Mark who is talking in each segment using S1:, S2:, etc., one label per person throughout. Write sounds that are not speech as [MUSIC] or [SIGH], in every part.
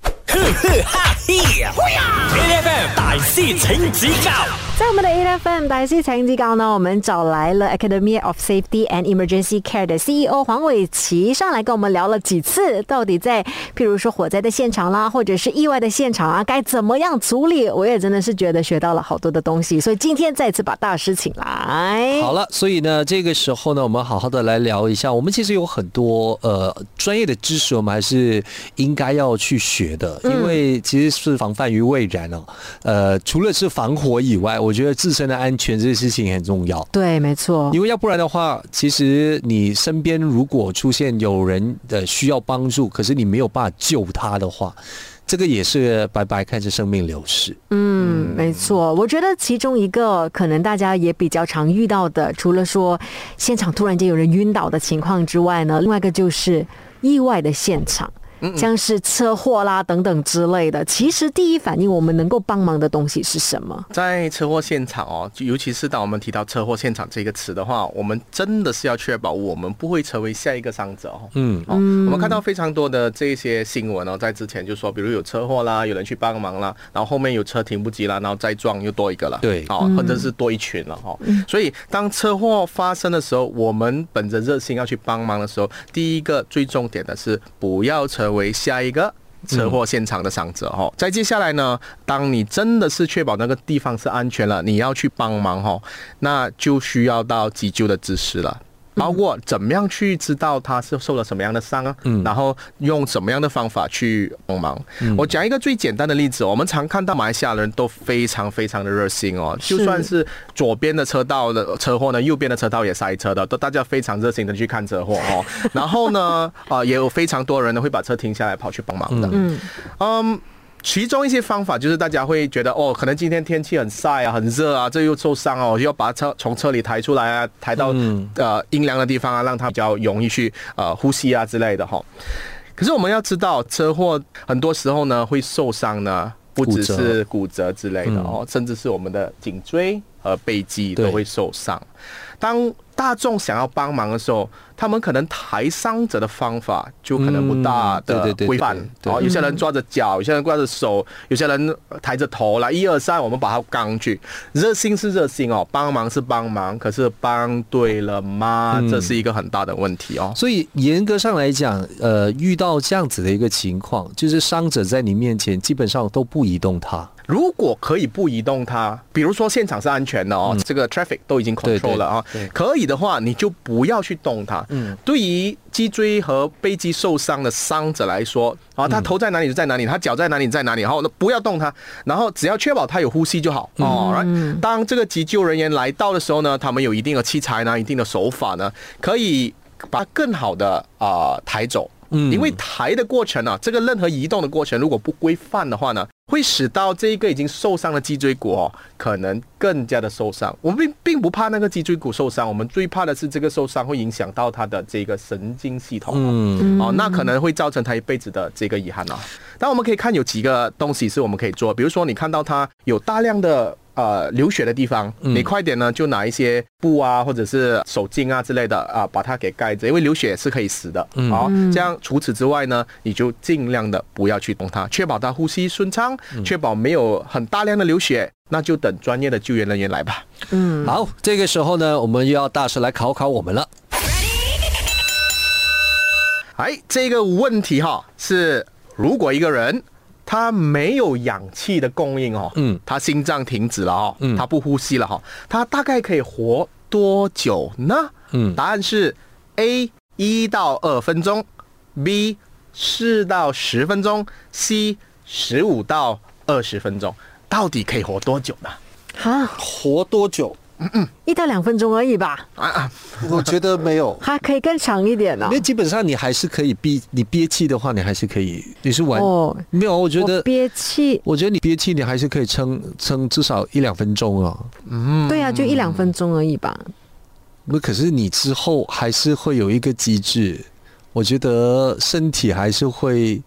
S1: 呵呵哈嘿，A F M 大师请指教
S2: 在我们的 A F M 大师成绩高呢，我们找来了 Academy of Safety and Emergency Care 的 CEO 黄伟琪上来跟我们聊了几次，到底在譬如说火灾的现场啦，或者是意外的现场啊，该怎么样处理？我也真的是觉得学到了好多的东西，所以今天再次把大师请来。
S3: 好了，所以呢，这个时候呢，我们好好的来聊一下。我们其实有很多呃专业的知识，我们还是应该要去学的，因为其实是防范于未然哦。呃，除了是防火以外，我觉得自身的安全这个事情很重要。
S2: 对，没错，
S3: 因为要不然的话，其实你身边如果出现有人的需要帮助，可是你没有办法救他的话，这个也是白白看着生命流逝。
S2: 嗯，没错，我觉得其中一个可能大家也比较常遇到的，除了说现场突然间有人晕倒的情况之外呢，另外一个就是意外的现场。像是车祸啦等等之类的，其实第一反应我们能够帮忙的东西是什么？
S4: 在车祸现场哦，就尤其是当我们提到车祸现场这个词的话，我们真的是要确保我们不会成为下一个伤者哦。
S3: 嗯
S4: 哦，我们看到非常多的这些新闻哦，在之前就说，比如有车祸啦，有人去帮忙啦，然后后面有车停不及啦，然后再撞又多一个了，
S3: 对嗯
S4: 哦，或者是多一群了哦。所以当车祸发生的时候，我们本着热心要去帮忙的时候，第一个最重点的是不要成为下一个。车祸现场的伤者
S3: 嗯
S4: 哦，再接下来呢，当你真的是确保那个地方是安全了，你要去帮忙哦，那就需要到急救的知识了。
S2: 嗯
S4: 包括怎么样去知道他是受了什么样的伤啊，
S2: 嗯
S4: 然后用什么样的方法去帮忙。我讲一个最简单的例子哦，我们常看到马来西亚人都非常非常的热心哦，
S2: 是
S4: 就算是左边的车道的车祸呢，右边的车道也塞车的，都大家非常热心的去看车祸哦。然后呢，啊，也有非常多人呢会把车停下来跑去帮忙的。
S2: 嗯，
S4: 嗯，其中一些方法就是大家会觉得哦，可能今天天气很晒啊，很热啊，这又受伤哦，要把车从车里抬出来啊，抬到、呃阴凉的地方啊，让它比较容易去呃呼吸啊之类的哈、可是我们要知道，车祸很多时候呢会受伤呢，不只
S3: 骨折
S4: 是骨折之类的哦，甚至是我们的颈椎和背肌
S3: 对
S4: 都会受伤。当大众想要帮忙的时候，他们可能抬伤者的方法就可能不大
S3: 嗯对对
S4: 的
S3: 对
S4: 规范
S3: 对，对
S4: 哦，有些人抓着脚，有些人抓着手，有些人抬着头来，一二三，我们把它刚去。热心是热心哦，帮忙是帮忙，可是帮对了吗？这是一个很大的问题哦。
S3: 所以严格上来讲，呃，遇到这样子的一个情况，就是伤者在你面前基本上都不移动他。
S4: 如果可以不移动它，比如说现场是安全的哦，这个 traffic 都已经
S3: 嗯对对
S4: control 了啊、
S3: 对
S4: 可以的话你就不要去动它。
S3: 嗯，
S4: 对于脊椎和背肌受伤的伤者来说，
S3: 嗯
S4: 啊，他头在哪里就在哪里，他脚在哪里就在哪里，然后呢不要动它，然后只要确保他有呼吸就好
S3: 嗯
S4: 哦。然后当这个急救人员来到的时候呢，他们有一定的器材呢，一定的手法呢，可以把它更好的啊、抬走。
S3: 嗯
S4: 因为抬的过程啊，这个任何移动的过程如果不规范的话呢，会使到这一个已经受伤的脊椎骨哦，可能更加的受伤。我们并并不怕那个脊椎骨受伤，我们最怕的是这个受伤会影响到他的这个神经系统。
S3: 嗯，
S4: 哦，那可能会造成他一辈子的这个遗憾啊。但我们可以看有几个东西是我们可以做，比如说你看到他有大量的呃流血的地方，你快点呢就拿一些布啊或者是手巾啊之类的啊、把它给盖着，因为流血是可以死的。好、这样除此之外呢，你就尽量的不要去动它，确保它呼吸顺畅，确保没有很大量的流血，那就等专业的救援人员来吧。
S3: 好，这个时候呢，我们又要大师来考考我们了。
S4: 哎，这个问题哈是，如果一个人他没有氧气的供应哦，
S3: 嗯
S4: 他心脏停止了哦，
S3: 嗯
S4: 他不呼吸了哈、他大概可以活多久呢？
S3: 嗯
S4: 答案是 A 一到二分钟，B 四到十分钟，C 十五到二十分钟，到底可以活多久呢？
S2: 哈，
S3: [LAUGHS] 活多久？
S2: 一到两分钟而已吧，。
S4: 啊啊，
S3: 我觉得没有
S2: 还可以更长一点呢、
S3: 因为基本上你还是可以憋，你憋气的话，你还是可以，你是完、
S2: 哦
S3: 没有？我觉
S2: 我
S3: 得，
S2: 憋气，
S3: 我觉得你憋气，你还是可以撑撑至少一两分钟啊。
S2: 对啊，就一两分钟而已吧。
S3: 那可是你之后还是会有一个机制，我觉得身体还是会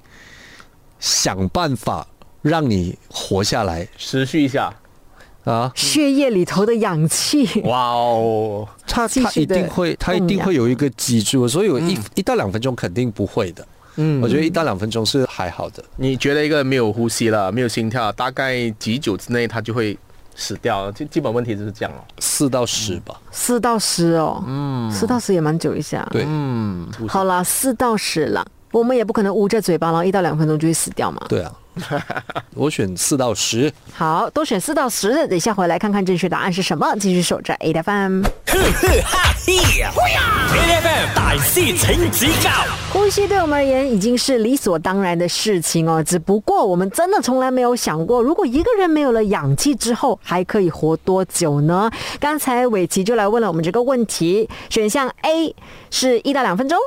S3: 想办法让你活下来
S4: 持续一下，
S3: 啊。
S2: 血液里头的氧气，
S4: 哇哦，
S3: 他
S2: 继
S3: 他
S2: 续
S3: 一
S2: 地
S3: 定会，他一
S2: 供
S3: 定
S2: 养
S3: 会有一个机制，所以有一、一到两分钟肯定不会的。嗯，我觉得一到两分钟是还好的。
S4: 你觉得一个没有呼吸了、没有心跳，大概几久之内他就会死掉了？基基本问题就是这样了。
S3: 四到十吧，
S2: 四到十哦，嗯，四到十也蛮久一下。
S3: 对
S4: 嗯，不是
S2: 好啦，四到十啦，我们也不可能捂着嘴巴，然后一到两分钟就会死掉嘛。
S3: 对啊， [LAUGHS] 我选四到十。
S2: 好，都选四到十，等一下回来看看正确答案是什么。继续守着哎 A F M，
S1: A F M 大师请指教
S2: 呼吸对我们而言已经是理所当然的事情哦。只不过我们真的从来没有想过，如果一个人没有了氧气之后，还可以活多久呢？刚才伟奇就来问了我们这个问题，选项 A 是一到两分钟。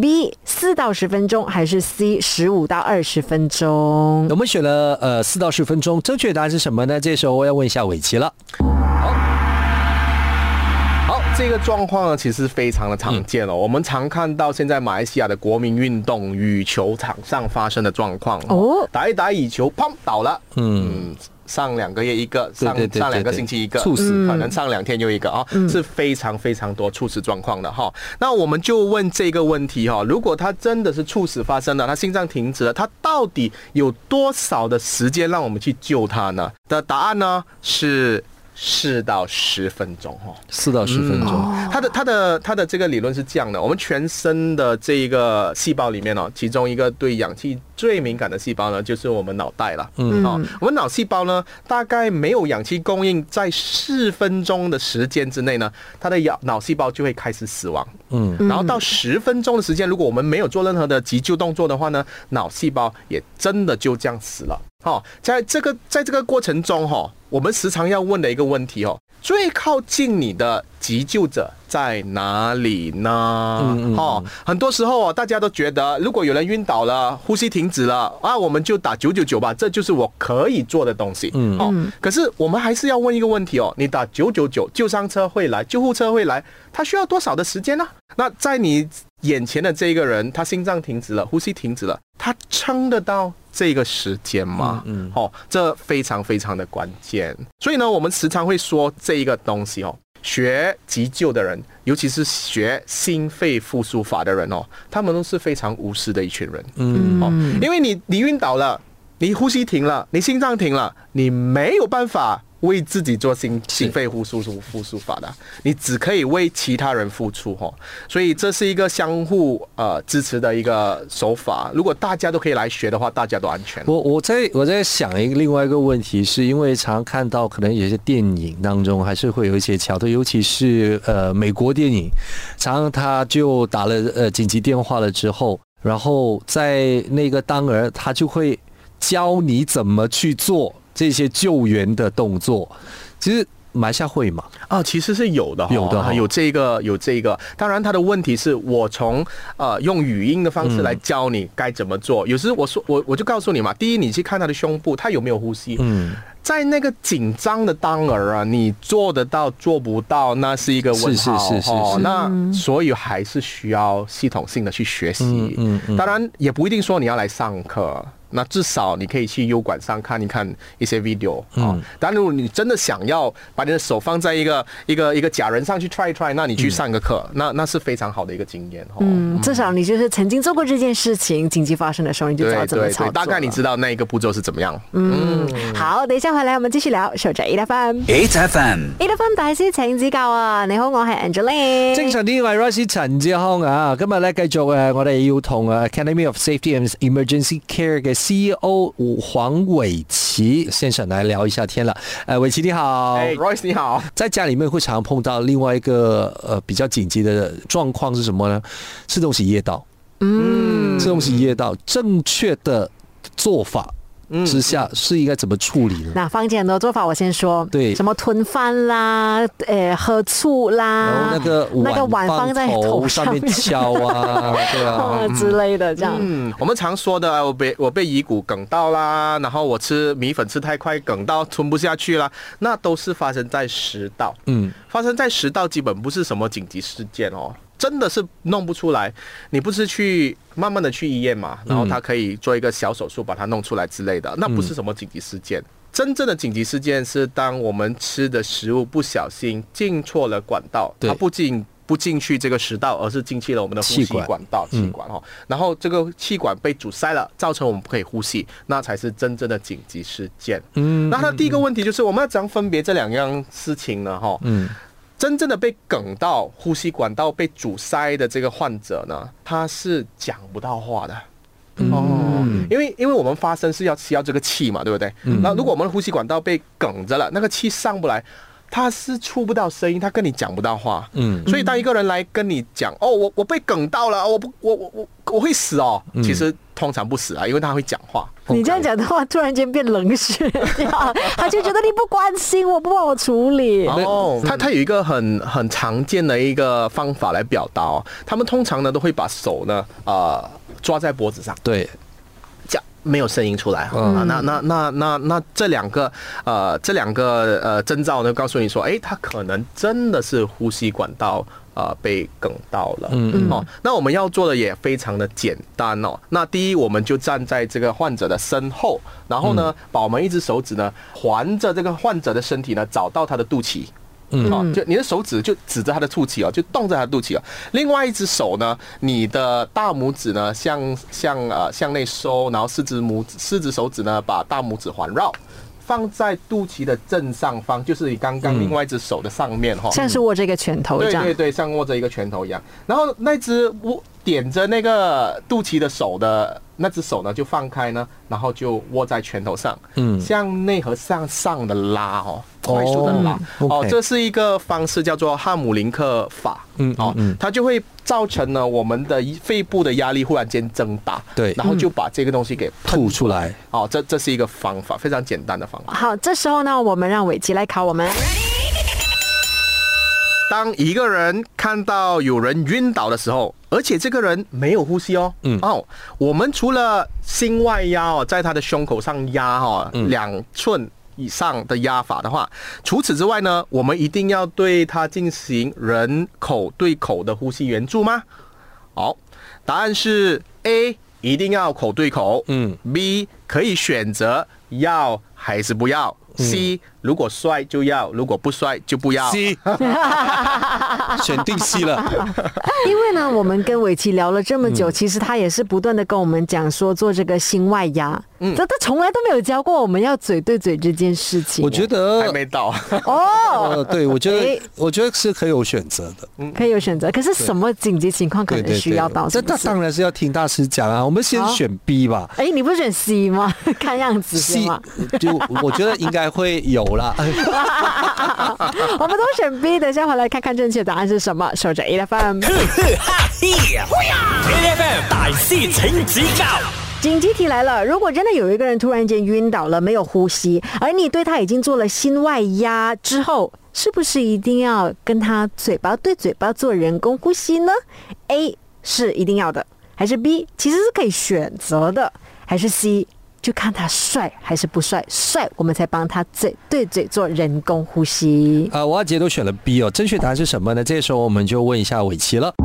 S2: B 四到十分钟还是 C 十五到二十分钟？
S3: 我们选了呃四到十分钟，正确答案是什么呢？这时候我要问一下伟奇了。
S4: 好，这个状况呢，其实非常的常见哦。我们常看到现在马来西亚的国民运动羽球场上发生的状况
S2: 哦
S4: 打一打羽球，砰倒了，嗯。上两个月一个，上
S3: 对对对
S4: 上两个
S3: 对
S4: 星期一个，嗯
S3: 猝死
S4: 可能上两天又一个啊、是非常非常多猝死状况的哈、那我们就问这个问题哈、如果他真的是猝死发生了，他心脏停止了，他到底有多少的时间让我们去救他呢？的答案呢是四到十分钟哦哈、
S3: 四到十分钟，
S4: 它的它的它的这个理论是这样的：我们全身的这一个细胞里面哦，其中一个对氧气最敏感的细胞呢，就是我们脑袋了。嗯哦，我们脑细胞呢，大概没有氧气供应，在四分钟的时间之内呢，它的脑脑细胞就会开始死亡。
S3: 嗯，
S4: 然后到十分钟的时间，如果我们没有做任何的急救动作的话呢，脑细胞也真的就这样死了。哦，在这个在这个过程中哈、哦，我们时常要问的一个问题哦，最靠近你的急救者在哪里呢？
S3: 嗯嗯
S4: 哦，很多时候哦，大家都觉得如果有人晕倒了，呼吸停止了啊，我们就打九九九吧，这就是我可以做的东西。
S3: 嗯
S4: 哦，可是我们还是要问一个问题哦，你打九九九，救伤车会来，救护车会来，它需要多少的时间呢？那在你眼前的这一个人，他心脏停止了，呼吸停止了，他撑得到这个时间吗？
S3: 嗯嗯
S4: 哦，这非常非常的关键。所以呢，我们时常会说这一个东西哦。学急救的人，尤其是学心肺复苏法的人哦，他们都是非常无私的一群人。
S3: 嗯
S4: 哦，因为你你晕倒了，你呼吸停了，你心脏停了，你没有办法为自己做心
S3: 是
S4: 心肺复苏复复苏法的，你只可以为其他人付出哈、哦。所以这是一个相互呃支持的一个手法。如果大家都可以来学的话，大家都安全。
S3: 我我在我在想一个另外一个问题，是因为常看到可能有些电影当中还是会有一些桥段，尤其是呃美国电影，常常他就打了呃紧急电话了之后，然后在那个当儿他就会教你怎么去做这些救援的动作，其实马来西亚会嘛，
S4: 啊，其实是有的哈、
S3: 有的哈
S4: 啊有这个，有这个。当然，他的问题是我从呃用语音的方式来教你该怎么做。有时我说我我就告诉你嘛，第一，你去看他的胸部，他有没有呼吸。
S3: 嗯，
S4: 在那个紧张的当儿啊，你做得到做不到，那是一个问号
S3: 是是是是
S4: 哦
S3: 是
S2: 嗯
S4: 那所以还是需要系统性的去学习。
S3: 嗯嗯嗯
S4: 当然也不一定说你要来上课。那至少你可以去优管上看一看一些 video
S3: 嗯
S4: 啊、当然，如果你真的想要把你的手放在一个一个一个假人上去 try try，那你去上个课，
S3: 嗯
S4: 那那是非常好的一个经验哦。
S2: 嗯，至少你就是曾经做过这件事情，紧急发生的时候你就知道
S4: 对
S2: 怎么
S4: 对
S2: 操作
S4: 对，
S2: 了。
S4: 大概你知道那一个步骤是怎么样。
S2: 嗯，好，等一下回来我们继续聊。守着 E F M，E
S1: ，H F M
S2: F M 大師請指教啊！你好，我係 Angeline。
S3: 精神啲，我係 Royce 陳志康啊！今日咧繼續誒，我哋要同誒 Academy of Safety and Emergency Care 嘅 E CEO 黃偉琪先生嚟聊一下天啦。誒，偉琪你好。
S4: 哎、r o y c e 你好。
S3: 在家里面会常碰到另外一个呃比较紧急的状况是什么呢？吃东西噎到，嗯，吃东西噎到，正确的做法之下是应该怎么处理呢？
S2: 那坊间很多做法，我先说，
S3: 对
S2: 什么吞饭啦，呃，喝醋
S3: 然
S2: 啦
S3: 后，那个
S2: 那个碗放
S3: 放
S2: 在
S3: 头
S2: 上
S3: 上面敲啊，对啊，
S2: 啊之类的，这样。
S4: 嗯，我们常说的，哎我被我被遗骨梗到啦，然后我吃米粉吃太快梗到吞不下去啦，那都是发生在食道。
S3: 嗯，
S4: 发生在食道基本不是什么紧急事件哦，真的是弄不出来。你不是去慢慢的去医院
S3: 嗯
S4: 嘛，然后他可以做一个小手术把它弄出来之类的，那不是什么紧急事件。真正的紧急事件是当我们吃的食物不小心进错了管道，
S3: 对
S4: 它不仅不进去这个食道，而是进去了我们的呼吸
S3: 气管嗯
S4: 管道、气管哈、然后这个气管被阻塞了，造成我们不可以呼吸，那才是真正的紧急事件。嗯，那它第一个问题就是我们要怎样分别这两样事情呢？哈，嗯。真正的被梗到呼吸管道被阻塞的这个患者呢，他是讲不到话的。哦，因为因为我们发声是要需要这个气嘛，对不对？那如果我们的呼吸管道被梗着了，那个气上不来，他是出不到声音，他跟你讲不到话。
S3: 嗯
S4: 所以当一个人来跟你讲，哦，我我被梗到了，哦我不，我我我我会死哦，其实通常不死啊，因为他会讲话。
S2: 你这样讲的话，突然间变冷血掉，他就觉得你不关心我，不帮我处理。
S4: 哦，他他有一个很很常见的一个方法来表达哦，他们通常呢都会把手呢呃抓在脖子上。
S3: 对，
S4: 这样没有声音出来、啊，那那那那那这两个呃这两个呃征兆呢，告诉你说，哎，他可能真的是呼吸管道。呃，被梗到了，嗯哦，那我们要做的也非常的简单哦。那第一，我们就站在这个患者的身后，然后呢，把我们一只手指呢环着这个患者的身体呢，找到他的肚脐，嗯，哦，就你的手指就指着他的肚脐哦，就动着他的肚脐哦。另外一只手呢，你的大拇指呢向向呃向内收，然后四只拇指四只手指呢把大拇指环绕，放在肚脐的正上方，就是你刚刚另外一只手的上面哈、
S2: 像是握这个拳头这
S4: 对
S2: 样
S4: 对，对，像握着一个拳头一样。然后那只握点着那个肚脐的手的那只手呢，就放开呢，然后就握在拳头上，
S3: 嗯
S4: 向内和向上的拉哦，
S3: 哦
S4: 快速的拉
S3: 嗯
S4: 哦
S3: OK
S4: 这是一个方式叫做汉姆林克法，
S3: 嗯
S4: 哦，它就会造成呢我们的肺部的压力忽然间增大，
S3: 对
S4: 然后就把这个东西给喷
S3: 吐出来。
S4: 哦，这这是一个方法，非常简单的方法。
S2: 好，这时候呢，我们让伟奇来考我们。
S4: 当一个人看到有人晕倒的时候，而且这个人没有呼吸哦，嗯哦，我们除了心外压哦，在他的胸口上压哦，
S3: 嗯
S4: 两、寸。以上的压法的话，除此之外呢，我们一定要对他进行人口对口的呼吸援助吗？好，答案是 A，一定要口对口。
S3: 嗯
S4: ，B 可以选择要还是不要。C 如果帅就要，如果不帅就不
S2: 啊
S4: 要。
S3: 嗯 C，
S2: [LAUGHS]
S3: 选定 C 了。
S2: 因为呢，我们跟伟奇聊了这么
S3: 嗯
S2: 久，其实他也是不断的跟我们讲说做这个心外压，嗯，他他从来都没有教过我们要嘴对嘴这件事情。
S3: 我觉
S4: 还
S3: 得，
S4: 没到，
S2: 哦，
S3: 呃，对我觉
S2: 诶
S3: 得，我觉得是可以有选择的。
S2: 可以有选择，可是什么紧急情况可
S3: 对
S2: 能
S3: 对
S2: 需要
S3: 嗯对
S2: 到？，
S3: 这
S2: 是不
S3: 那
S2: 是
S3: 当然是要听大师讲啊。我们先
S2: 好
S3: 选 B 吧。
S2: 哎，你不选 C 吗？ [LAUGHS] 看样子是
S3: C
S2: 吗？
S3: 就我觉得应该会有啦。
S2: [LAUGHS] 我们都选 B，等一下回来看看正确答案是什么。守着 E F M。
S1: 哈嘿呀！A F M 大师请指教
S2: 紧急题来了，如果真的有一个人突然间晕倒了，没有呼吸，而你对他已经做了心外压之后，是不是一定要跟他嘴巴对嘴巴做人工呼吸呢？A 是一定要的，还是 B 其实是可以选择的，还是 C 就看他帅还是不帅，帅我们才帮他嘴对嘴做人工呼吸。
S3: 啊，我阿杰都选了 B 哦，正确答案是什么呢？这时候我们就问一下伟奇了。
S4: [LAUGHS]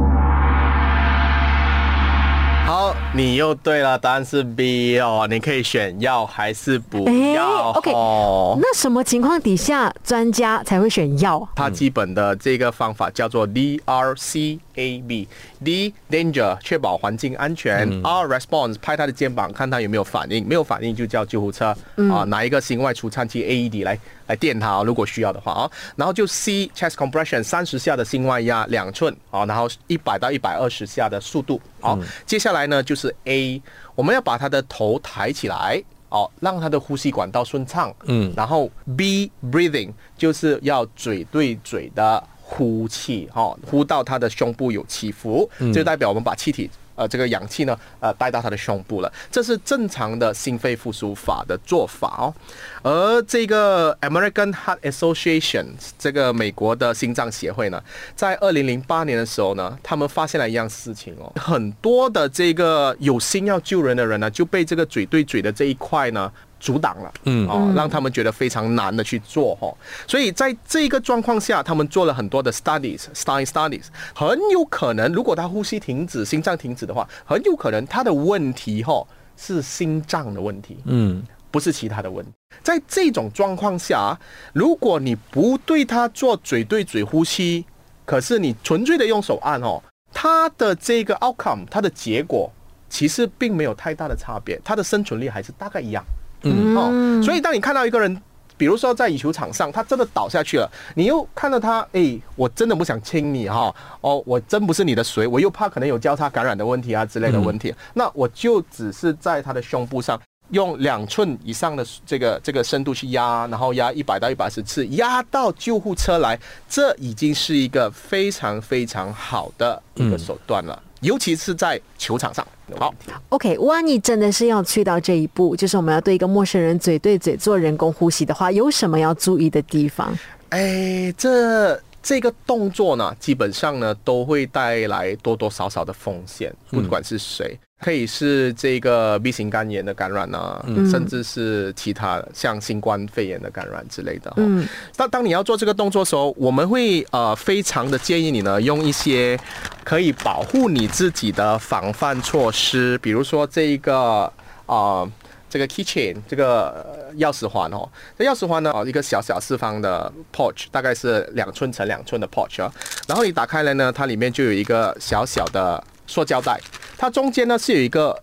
S4: 好，你又对了，答案是 B 哦，你可以选要还是不
S2: 哎
S4: 要、
S2: 诶，OK
S4: 哦。
S2: 那什么情况底下专家才会选药？
S4: 它基本的这个方法叫做 D R C A B，D danger 确保环境安全、r response 拍他的肩膀看他有没有反应，没有反应就叫救护车、啊，拿一个心外除颤器 AED 来来电他、哦，如果需要的话啊、然后就 C chest compression 三十下的心外压两寸啊、然后一百到一百二十下的速度。好、接下来呢就是 A，我们要把他的头抬起来。哦，让他的呼吸管道顺畅。嗯，然后 B breathing 就是要嘴对嘴的呼气，哈、哦，呼到他的胸部有起伏，就代表我们把气体。呃，这个氧气呢，呃，带到他的胸部了，这是正常的心肺复苏法的做法哦。而这个 American Heart Association 这个美国的心脏协会呢，在二零零八年的时候呢，他们发现了一样事情哦，很多的这个有心要救人的人呢，就被这个嘴对嘴的这一块呢。阻挡了，嗯，哦，让他们觉得非常难的去做哈、哦，所以在这个状况下，他们做了很多的 studies，study studies，很有可能，如果他呼吸停止、心脏停止的话，很有可能他的问题哈、哦、是心脏的问题，
S3: 嗯，
S4: 不是其他的问题。在这种状况下，如果你不对他做嘴对嘴呼吸，可是你纯粹的用手按哦，它的这个 outcome，它的结果其实并没有太大的差别，它的生存率还是大概一样。
S3: 嗯
S4: 哦，所以当你看到一个人，比如说在羽球场上，他真的倒下去了，你又看到他，哎，我真的不想亲你哈、哦，我真不是你的水，我又怕可能有交叉感染的问题啊之类的问题，那我就只是在他的胸部上。用两寸以上的这个这个深度去压，然后压一百到一百十次，压到救护车来，这已经是一个非常非常好的一个手段了，尤其是在球场上。好，
S2: OK，万一真的是要去到这一步，就是我们要对一个陌生人嘴对嘴做人工呼吸的话，有什么要注意的地方？
S4: 哎，这这个动作呢，基本上呢都会带来多多少少的风险，不管是谁，可以是这个 B 型肝炎的感染啊，甚至是其他像新冠肺炎的感染之类的。嗯，当当你要做这个动作的时候，我们会呃非常的建议你呢用一些可以保护你自己的防范措施，比如说这一个啊。这个 keychain 这个呃钥匙环哦，这钥匙环呢，哦一个小小四方的 pouch，大概是两寸乘两寸的 pouch 啊。然后你打开来呢，它里面就有一个小小的塑胶袋，它中间呢是有一个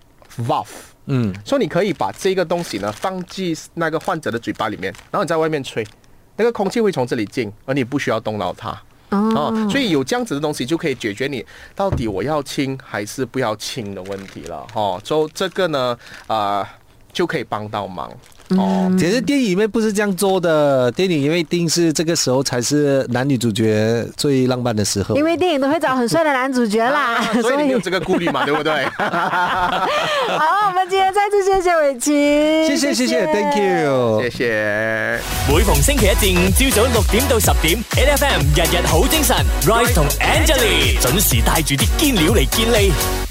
S4: valve，
S3: 嗯，
S4: 所以你可以把这个东西呢放进那个患者的嘴巴里面，然后你在外面吹，那个空气会从这里进，而你不需要动到它。哦，
S2: 嗯
S4: 所以有这样子的东西就可以解决你到底我要亲还是不要亲的问题了。哦，所以这个呢，呃，就可以帮到忙。哦，
S2: 嗯
S3: 其实电影里面不是这样做的，电影因为一定是这个时候才是男女主角最浪漫的时候。
S2: 因为电影都会找很帅的男主角啦，
S4: [LAUGHS] 啊所以你没有这个顾虑嘛，对不 [LAUGHS] 对？
S2: 好，我们今天再次谢谢伟奇，
S3: 谢谢谢谢，Thank you，
S4: 谢谢。
S1: 每逢星期一至五朝早六點到十點，N F M 日日好精神，Rise 同 Angelie 準時帶住啲堅料嚟健利。